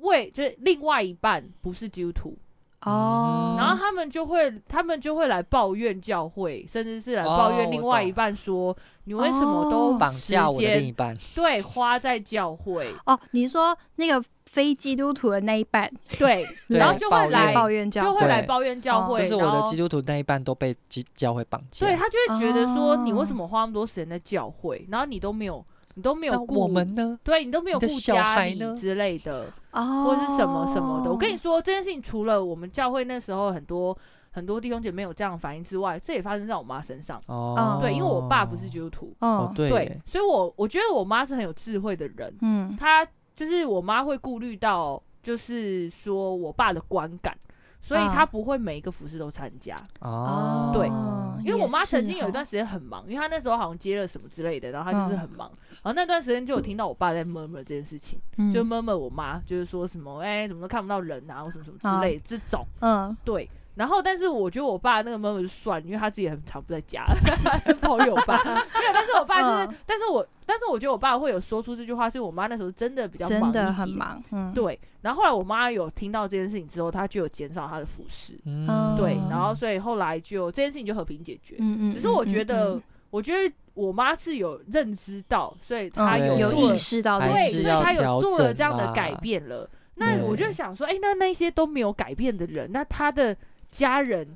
Speaker 3: 为就是另外一半不是基督徒，
Speaker 1: 哦，
Speaker 3: 嗯然后他们就会，他们就会来抱怨教会，甚至是来抱
Speaker 2: 哦
Speaker 3: 怨另外
Speaker 2: 我
Speaker 3: 一
Speaker 2: 懂
Speaker 3: 半说，你为什么都
Speaker 1: 哦
Speaker 2: 绑架我
Speaker 3: 时
Speaker 2: 的
Speaker 3: 间
Speaker 2: 另一半，
Speaker 3: 对花在 教会？
Speaker 1: 哦，你说那个非基督徒的那一半
Speaker 3: 对，
Speaker 2: 对
Speaker 3: 然后就会
Speaker 2: 抱怨
Speaker 3: 来
Speaker 1: 抱怨教
Speaker 3: 就
Speaker 1: 会，
Speaker 3: 会来
Speaker 2: 对
Speaker 3: 抱怨教
Speaker 1: 哦
Speaker 3: 会，
Speaker 2: 就是我
Speaker 3: 然
Speaker 2: 的
Speaker 3: 后
Speaker 2: 基督徒那一半都被基教会绑架。
Speaker 3: 对他就会觉得说，你为什
Speaker 1: 哦
Speaker 3: 么花那么多时间在教会？然后你都没有，你都没
Speaker 2: 那
Speaker 3: 有顾
Speaker 2: 我们呢？
Speaker 3: 对你都没有
Speaker 2: 你的
Speaker 3: 顾
Speaker 2: 小
Speaker 3: 家
Speaker 2: 孩
Speaker 3: 里
Speaker 2: 呢
Speaker 3: 之类的，
Speaker 1: 哦，
Speaker 3: 或者是什么什么的。我跟你说，这件事情除了我们教会那时候很多很多弟兄姐妹有这样的反应之外，这也发生在我妈身上。
Speaker 1: 嗯
Speaker 2: 哦，
Speaker 3: 对，因为我爸不是基督徒，
Speaker 2: 哦
Speaker 1: 哦，，
Speaker 2: 对
Speaker 3: 对
Speaker 2: 耶，，
Speaker 3: 所以我我觉得我妈是很有智慧的人，
Speaker 1: 嗯，
Speaker 3: 她就是我妈会顾虑到，就是说我爸的观感，所以
Speaker 1: 嗯
Speaker 3: 她不会每一个服饰都参加。
Speaker 2: 哦，
Speaker 3: 对
Speaker 1: 哦
Speaker 3: 因为我妈
Speaker 1: 也是
Speaker 3: 曾经有一
Speaker 1: 哦嗯
Speaker 3: 段时间很忙，因为她那时候好像接了什么之类的，然后她就是很忙。然后那段时间就有听到我爸在 murmur 这件事情，
Speaker 1: 嗯
Speaker 3: 就 murmur 我妈，就是说什么哎、怎么都看不到人啊，或什么什么
Speaker 1: 啊
Speaker 3: 之类的这种。
Speaker 1: 嗯，
Speaker 3: 对。然后，但是我觉得我爸那个 murmur 就算，因为他自己也很常不在家， 抱怨我爸。 没有，但是我爸就是，
Speaker 1: 嗯
Speaker 3: 但是我，但是我觉得我爸会有说出这句话，是因为我妈那时候真的比较忙
Speaker 1: 真
Speaker 3: 一点
Speaker 1: 的很。忙，嗯，
Speaker 3: 对，然后后来我妈有听到这件事情之后，她就有减少她的服饰，
Speaker 2: 嗯
Speaker 1: 嗯
Speaker 3: 对，然后所以后来就这件事情就和平解决。
Speaker 1: 嗯，嗯嗯，
Speaker 3: 只是我觉
Speaker 1: 嗯
Speaker 3: 得
Speaker 1: 嗯，
Speaker 3: 我觉得我妈是有认知到，所以她
Speaker 1: 嗯
Speaker 2: 有
Speaker 1: 有
Speaker 3: 做
Speaker 1: 意
Speaker 3: 了
Speaker 1: 识到这
Speaker 2: 还
Speaker 1: 件
Speaker 3: 对，
Speaker 1: 事情，
Speaker 2: 是
Speaker 3: 所以
Speaker 2: 要
Speaker 3: 他有
Speaker 2: 调
Speaker 3: 做了
Speaker 2: 整
Speaker 3: 这样的
Speaker 2: 啦
Speaker 3: 改变了。那
Speaker 2: 对
Speaker 3: 我就想说，哎、那那些都没有改变的人，那他的家人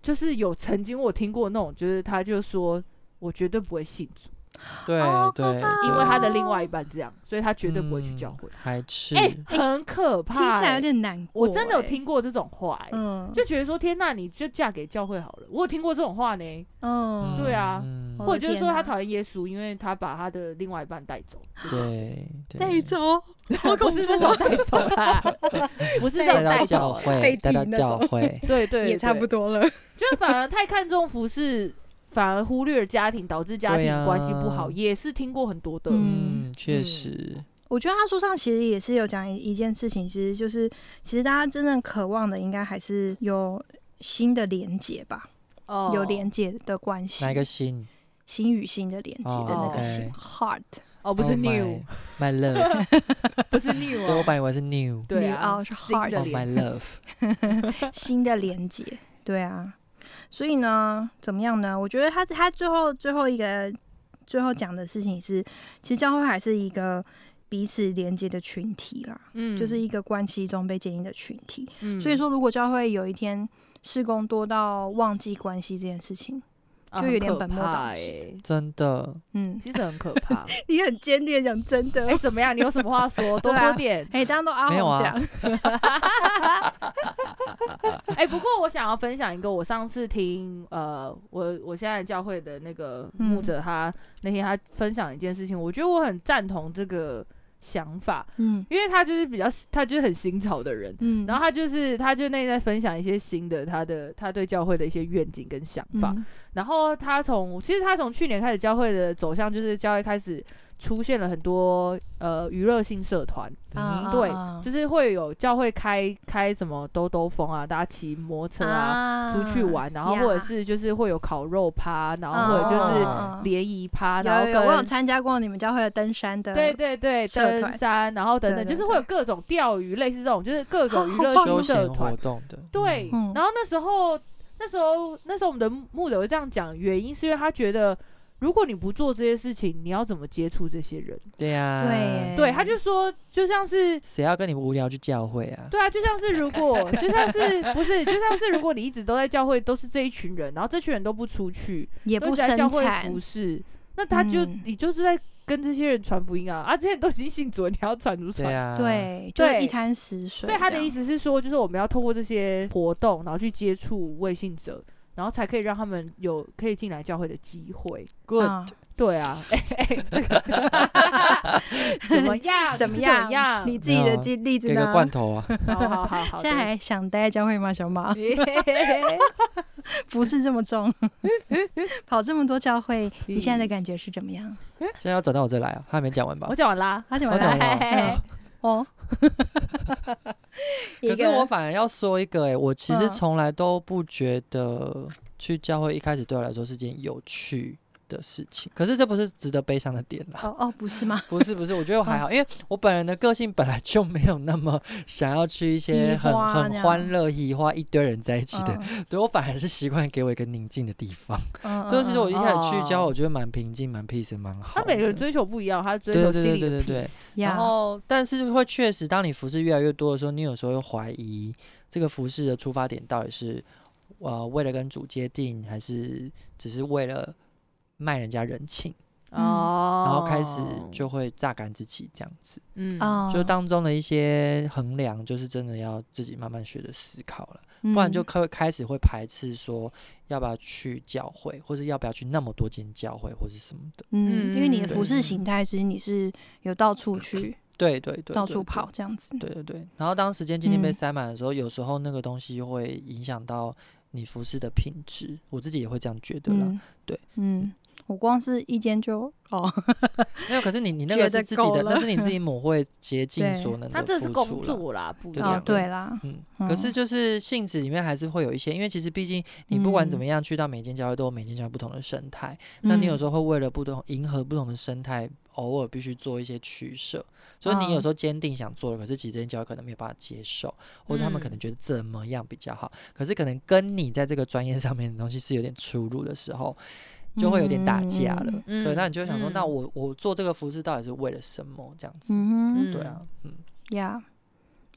Speaker 3: 就是有曾经我听过那种，就是他就说我绝对不会信主，
Speaker 2: 对
Speaker 1: 哦好可
Speaker 2: 对，
Speaker 1: 怕
Speaker 2: 对
Speaker 3: 因为他的另
Speaker 1: 哦
Speaker 3: 外一半这样，所以他绝对不会去教会
Speaker 2: 嗯。还吃，
Speaker 3: 哎、很可怕、
Speaker 1: 听起来
Speaker 3: 哎
Speaker 1: 有点难过，
Speaker 3: 我真的有
Speaker 1: 哎，
Speaker 3: 听过这种话、哎
Speaker 1: 嗯，
Speaker 3: 就觉得说天呐，你就嫁给教会好了。我有听过这种话呢，
Speaker 1: 嗯，
Speaker 3: 对啊
Speaker 2: 嗯
Speaker 1: 我的
Speaker 3: 或者就是说
Speaker 1: 天哪
Speaker 3: 他讨厌耶稣，因为他把他的另外一半带 走。
Speaker 2: 对，
Speaker 1: 那
Speaker 2: 对，
Speaker 1: 种
Speaker 3: 不是这种带走 啦，不是这
Speaker 2: 带
Speaker 3: 种
Speaker 2: 到
Speaker 3: 带
Speaker 2: 教
Speaker 3: 走啦，，
Speaker 2: 会，
Speaker 1: 被
Speaker 2: 带到
Speaker 1: 踢那
Speaker 2: 教
Speaker 1: 种
Speaker 2: 会
Speaker 3: 对对，
Speaker 1: 也差不
Speaker 3: 多。
Speaker 1: 多了，
Speaker 3: 就反而太看重服饰，反而忽略了家庭，导致家
Speaker 2: 对
Speaker 3: 庭
Speaker 2: 啊
Speaker 3: 关系不好，也是听过很多 的。
Speaker 1: 嗯
Speaker 2: 嗯，确
Speaker 3: 嗯
Speaker 2: 实，
Speaker 1: 我觉得他书上其实也是有讲一一件事情，其实就是其实大家真正渴望的应该还是有新的连接吧，
Speaker 3: 哦
Speaker 1: 有连接的关系
Speaker 2: 哪，一个心？
Speaker 1: 心与心的连接的那个心
Speaker 2: 哦
Speaker 1: ，heart，
Speaker 3: 哦，不是
Speaker 2: Oh
Speaker 3: new，
Speaker 2: my my love，
Speaker 3: 不 是 new，
Speaker 2: 对我
Speaker 3: 啊
Speaker 2: 本以为是 new，
Speaker 3: 对啊，
Speaker 1: new，哦是
Speaker 3: 新
Speaker 1: heart
Speaker 3: 的
Speaker 2: oh my
Speaker 3: 脸
Speaker 2: love，
Speaker 1: 新的连接，对啊，所以呢，怎么样呢？我觉得他他最后最后一个最后讲的事情是，其实教会还是一个彼此连接的群体啦，
Speaker 3: 嗯
Speaker 1: 就是一个关系中被建立的群体。所以
Speaker 3: 说
Speaker 1: 说，如果教会有一天事工多到忘记关系这件事情，
Speaker 3: 啊
Speaker 1: 就有点本末倒置
Speaker 2: 真的，
Speaker 1: 嗯，
Speaker 3: 欸其实很可怕。
Speaker 1: 你很坚定地讲真的
Speaker 3: 哎，，怎么样？你有什么话说？多
Speaker 1: 对
Speaker 3: 说
Speaker 1: 啊
Speaker 3: 点。
Speaker 1: 哎、当然都阿
Speaker 2: 没有
Speaker 1: 红
Speaker 2: 啊
Speaker 1: 讲，
Speaker 3: 哎，不过我想要分享一个，我上次听呃，我我现在教会的那个牧
Speaker 1: 嗯
Speaker 3: 者他，那天他分享一件事情，我觉得我很赞同这个想法，
Speaker 1: 嗯
Speaker 3: 因为他就是比较他就是很新潮的人，
Speaker 1: 嗯，
Speaker 3: 然后他就是他就那天在分享一些新的他的他对教会的一些愿景跟想法，
Speaker 1: 嗯
Speaker 3: 然后他从其实他从去年开始教会的走向就是教会开始出现了很多呃娱乐性社团，
Speaker 1: 啊
Speaker 2: 嗯，
Speaker 3: 对
Speaker 1: 啊
Speaker 3: 就是会有教会开开什么兜兜风啊，大家骑摩托车啊出去玩，然后或者是就是会有烤肉趴，然后或者就是
Speaker 1: 啊
Speaker 3: 联谊趴，然后
Speaker 1: 有有有，我有
Speaker 3: 跟
Speaker 1: 参加过你们教会的登山的，
Speaker 3: 对对对
Speaker 1: 社
Speaker 3: 登
Speaker 1: 团
Speaker 3: 山，然后等等，
Speaker 1: 对对哦
Speaker 3: 就是会有各种钓鱼，类似这种就是各种娱
Speaker 1: 好
Speaker 3: 乐
Speaker 1: 棒
Speaker 3: 性
Speaker 2: 休
Speaker 3: 社
Speaker 2: 闲
Speaker 3: 团
Speaker 2: 活。动的，
Speaker 3: 对，
Speaker 1: 嗯
Speaker 3: 然后那时候那时候那时候我们的牧者会这样讲，原因是因为他觉得如果你不做这些事情，你要怎么接触这些人？
Speaker 2: 对呀、
Speaker 1: 对
Speaker 3: 对，他就说，就像是
Speaker 2: 谁要跟你无聊去教会啊？
Speaker 3: 对啊，就像是如果，就像是不是，就像是如果你一直都在教会，都是这一群人，然后这群人都不出去，
Speaker 1: 也
Speaker 3: 都
Speaker 1: 不
Speaker 3: 是在教
Speaker 1: 生
Speaker 3: 会
Speaker 1: 产
Speaker 3: 服，侍，那他就、
Speaker 1: 嗯
Speaker 3: 你就是在跟这些人传福音啊啊！之前都已经信主了，你还要传什么
Speaker 2: 对
Speaker 3: 传？
Speaker 2: 呀、，
Speaker 1: 对，就是
Speaker 3: 啊对
Speaker 1: 一滩死水这
Speaker 3: 所以
Speaker 1: 样。
Speaker 3: 他的意思是说，就是我们要透过这些活动，然后去接触未信者，然后才可以让他们有可以进来教会的机会。
Speaker 2: Good，、
Speaker 1: 啊
Speaker 3: 对啊，哎、哎 这个怎么样？
Speaker 1: 怎
Speaker 3: 么
Speaker 1: 么
Speaker 3: 样？
Speaker 1: 样？你自己
Speaker 2: 没
Speaker 1: 的
Speaker 2: 有
Speaker 1: 例例子
Speaker 2: 给个
Speaker 1: 呢？
Speaker 2: 罐头啊！
Speaker 3: 好好好好，
Speaker 1: 现在还想待在教会吗，小 马？
Speaker 3: 对耶
Speaker 1: 不是这么重，跑这么多教会，你现在的感觉是怎么样？
Speaker 2: 现在要转到我这来啊，他还没讲完吧
Speaker 3: 我？讲完啦。
Speaker 1: 他怎么
Speaker 2: 我讲
Speaker 1: 来？
Speaker 2: 完了。
Speaker 3: 哎
Speaker 1: 哦，
Speaker 2: 可
Speaker 1: 一
Speaker 2: 是
Speaker 1: 个
Speaker 2: 我反而要说一个、欸，我其实
Speaker 1: 嗯
Speaker 2: 从来都不觉得去教会一开始对我来说是件有趣的事情。可是这不是值得悲伤的点啦。
Speaker 1: 哦哦，不是吗？
Speaker 2: 不是不是，我
Speaker 1: 嗯
Speaker 2: 觉得我还好，因为我本人的个性本来就没有那么 想要去一些
Speaker 1: 移
Speaker 2: 很
Speaker 1: 花这
Speaker 2: 很
Speaker 1: 样
Speaker 2: 欢乐、移花一堆人在一起的，
Speaker 1: 嗯
Speaker 2: 对我反而是习惯给我一个宁静的地方。
Speaker 1: 嗯
Speaker 2: 所以其实我一
Speaker 1: 嗯
Speaker 2: 开始去教，
Speaker 3: 哦
Speaker 2: 我觉得蛮平静、蛮 peace、蛮好的。
Speaker 3: 他每个人追求不一样，他追
Speaker 2: 对
Speaker 3: 求
Speaker 2: 对
Speaker 3: 心
Speaker 2: 对
Speaker 3: 里的
Speaker 2: 对对
Speaker 3: peace 哦
Speaker 2: 然
Speaker 1: 呀
Speaker 2: 后，但是会确实，当你服饰越来越多的时候，你有时候会怀疑这个服饰的出发点到底是呃为了跟主接近，还是只是为了卖人家人情，
Speaker 1: 嗯
Speaker 3: 哦，
Speaker 2: 然后开始就会榨干自己这样子。
Speaker 3: 嗯
Speaker 1: 哦，
Speaker 2: 就当中的一些衡量，就是真的要自己慢慢学着思考了，
Speaker 1: 不
Speaker 2: 不然就开开始会排斥说要不要去教会，或是要不要去那么多间教会，或是什么的。
Speaker 1: 嗯，因为你的
Speaker 3: 嗯
Speaker 1: 服
Speaker 2: 对
Speaker 1: 饰形态，其实你是有到处去、
Speaker 2: 对对对，
Speaker 1: 到
Speaker 2: 对
Speaker 1: 处
Speaker 2: 对
Speaker 1: 跑这样子。
Speaker 2: 对对对，然后当时间今天被
Speaker 1: 嗯
Speaker 2: 塞满的时候，有时候那个东西会影响到你服饰的品质，我自己也会这样觉得啦。
Speaker 1: 嗯，
Speaker 2: 对，
Speaker 1: 嗯，我光是一间就哦，
Speaker 2: 没有，可是你你那
Speaker 1: 觉
Speaker 2: 个是
Speaker 1: 得
Speaker 2: 自己
Speaker 1: 够
Speaker 2: 的，那
Speaker 1: 了
Speaker 2: 是你 自己母会竭尽
Speaker 1: 对
Speaker 2: 所能
Speaker 3: 他
Speaker 2: 的
Speaker 3: 这是
Speaker 2: 付
Speaker 3: 工
Speaker 2: 出了。
Speaker 3: 作啦，不一
Speaker 2: 对
Speaker 1: 哦
Speaker 3: 样
Speaker 2: 两。个
Speaker 1: 对啦，
Speaker 2: 嗯，可是就是性质里面还是会有一些，因为其实毕竟你不
Speaker 1: 嗯
Speaker 2: 管怎么样去到每间教会都有每间教会不同的生态，那你有时
Speaker 1: 候
Speaker 2: 候会为了不同迎合不同的生态，偶尔必须做一些取舍。所以你
Speaker 1: 嗯
Speaker 2: 有时候坚定想做的，可是其实这间教会可能没有办法接受，或者他们可
Speaker 3: 嗯
Speaker 2: 能觉得怎么样比较好，可是可能跟你在这个专业上面的东西是有点出入的时候，就会有点打架了。
Speaker 1: 嗯
Speaker 2: 对，那你就会想说，
Speaker 3: 嗯
Speaker 2: 那我我做这个服饰到底是为了什么？这样子，
Speaker 1: 嗯哼
Speaker 3: 嗯
Speaker 2: 对啊，嗯，
Speaker 1: 呀，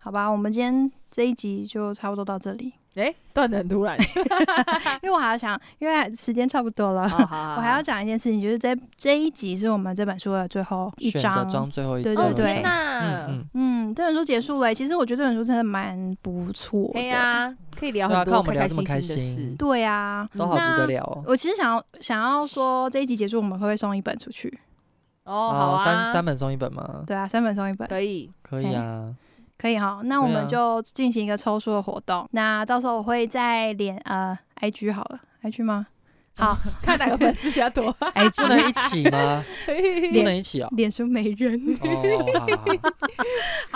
Speaker 1: 好吧，我们今天这一集就差不多到这里，
Speaker 3: 哎，断的很突 然。
Speaker 1: 因为我还要想，因为时间差不多了。
Speaker 3: 哦
Speaker 2: 哦
Speaker 3: 好好好
Speaker 1: 我还要讲一件事情，就是这这一集是我们这本书的最后一
Speaker 2: 选择
Speaker 1: 章，
Speaker 2: 装最后一
Speaker 1: 对
Speaker 2: 最后
Speaker 3: 哦
Speaker 2: 一
Speaker 1: 对
Speaker 3: 天
Speaker 2: 张
Speaker 3: 哪，
Speaker 2: 嗯
Speaker 1: 嗯，这本书结束了欸、其实我觉得这本书真的蛮不错
Speaker 3: 哎
Speaker 1: 的。
Speaker 3: 呀，可以聊
Speaker 2: 对啊
Speaker 3: 很
Speaker 2: 看
Speaker 3: 多
Speaker 2: 我们聊这么
Speaker 3: 开心
Speaker 2: 开
Speaker 3: 的
Speaker 2: 心
Speaker 3: 事。
Speaker 1: 对啊，
Speaker 2: 嗯，都好值
Speaker 1: 那
Speaker 2: 得聊哦。
Speaker 1: 我其实想要想要说，这一集结束，我们会不会送一本出去？
Speaker 3: 哦，好啊，
Speaker 2: 三三本送一本吗？
Speaker 1: 对啊，三本送一本，
Speaker 3: 可以，
Speaker 2: 可以
Speaker 1: 嘿
Speaker 2: 啊，
Speaker 1: 可以哈。那我
Speaker 2: 对啊
Speaker 1: 们就进行一个抽书的活动。那到时候我会在脸呃 IG 好了，IG 吗？ 好
Speaker 3: 看哪个粉丝比较 多。
Speaker 2: 不
Speaker 1: ，IG
Speaker 2: 能一起吗？ 不能一起 哦。
Speaker 1: 脸书没人。
Speaker 2: 哦，好好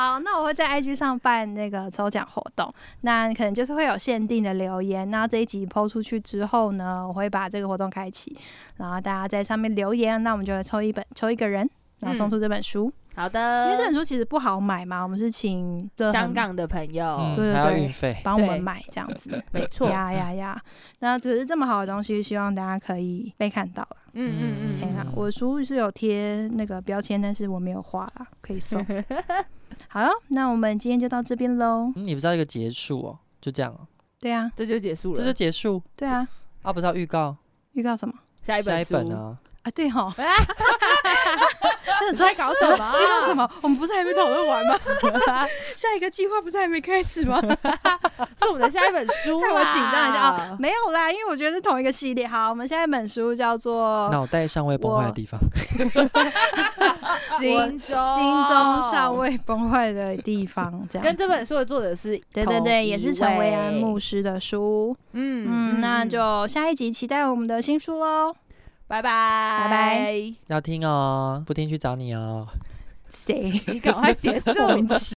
Speaker 2: 好
Speaker 1: 好，那我会在 IG 上办那个抽奖活动，那可能就是会有限定的留言。那这一集抛出去之后呢，我会把这个活动开启，然后大家在上面留言，那我们就会抽一本抽一个人，
Speaker 3: 嗯
Speaker 1: 然后送出这本书。
Speaker 3: 好
Speaker 1: 因为这
Speaker 3: 的
Speaker 1: 本，书其实不好买嘛，我们是请
Speaker 3: 香港的朋友
Speaker 2: 嗯，
Speaker 1: 对对
Speaker 2: 还要
Speaker 1: 对
Speaker 2: 运费，
Speaker 1: 帮我们
Speaker 3: 对
Speaker 1: 买这样子。
Speaker 3: 没错。
Speaker 1: 呀呀呀！那可是这么好的东西，希望大家可以被看到了。
Speaker 3: 嗯嗯
Speaker 1: 哎
Speaker 3: 嗯
Speaker 1: 呀，我书是有贴那个标签，但是我没有画啦，可以 送。好了，那我们今天就到这边喽。
Speaker 2: 嗯，你不知道一个结束哦，就这样哦，
Speaker 1: 对啊，
Speaker 3: 这就结束
Speaker 2: 这就
Speaker 3: 了。
Speaker 2: 结束
Speaker 1: 对啊，
Speaker 2: 啊，不知道预告
Speaker 1: 预告什么？
Speaker 3: 下一
Speaker 2: 下
Speaker 3: 本
Speaker 2: 一
Speaker 3: 书，
Speaker 2: 本啊，
Speaker 1: 啊，对哈，
Speaker 3: 你在搞什么啊？
Speaker 1: 遇到什么？我们不是还没讨论完吗？
Speaker 3: 么？
Speaker 1: 下一个计划不是还没开始 吗？
Speaker 3: 是我们的下一本 书啦。
Speaker 1: 让我紧张一下啊！没有啦，因为我觉得是同一个系列。好，我们下一本书叫做《
Speaker 2: 脑袋尚未崩坏的地方，
Speaker 3: 心
Speaker 1: 心
Speaker 3: 中
Speaker 1: 中尚未崩坏的地方》， 这样
Speaker 3: 跟这
Speaker 1: 子
Speaker 3: 本书的作者是
Speaker 1: 对对对，也是陈维安牧。师的书。
Speaker 3: 嗯
Speaker 1: 嗯，那就下一集期待我们的新书喽。
Speaker 3: 拜拜拜
Speaker 1: 拜，
Speaker 2: 要听哦，不听去找你哦。
Speaker 1: 谁？
Speaker 3: 你赶快结束。
Speaker 1: 莫名其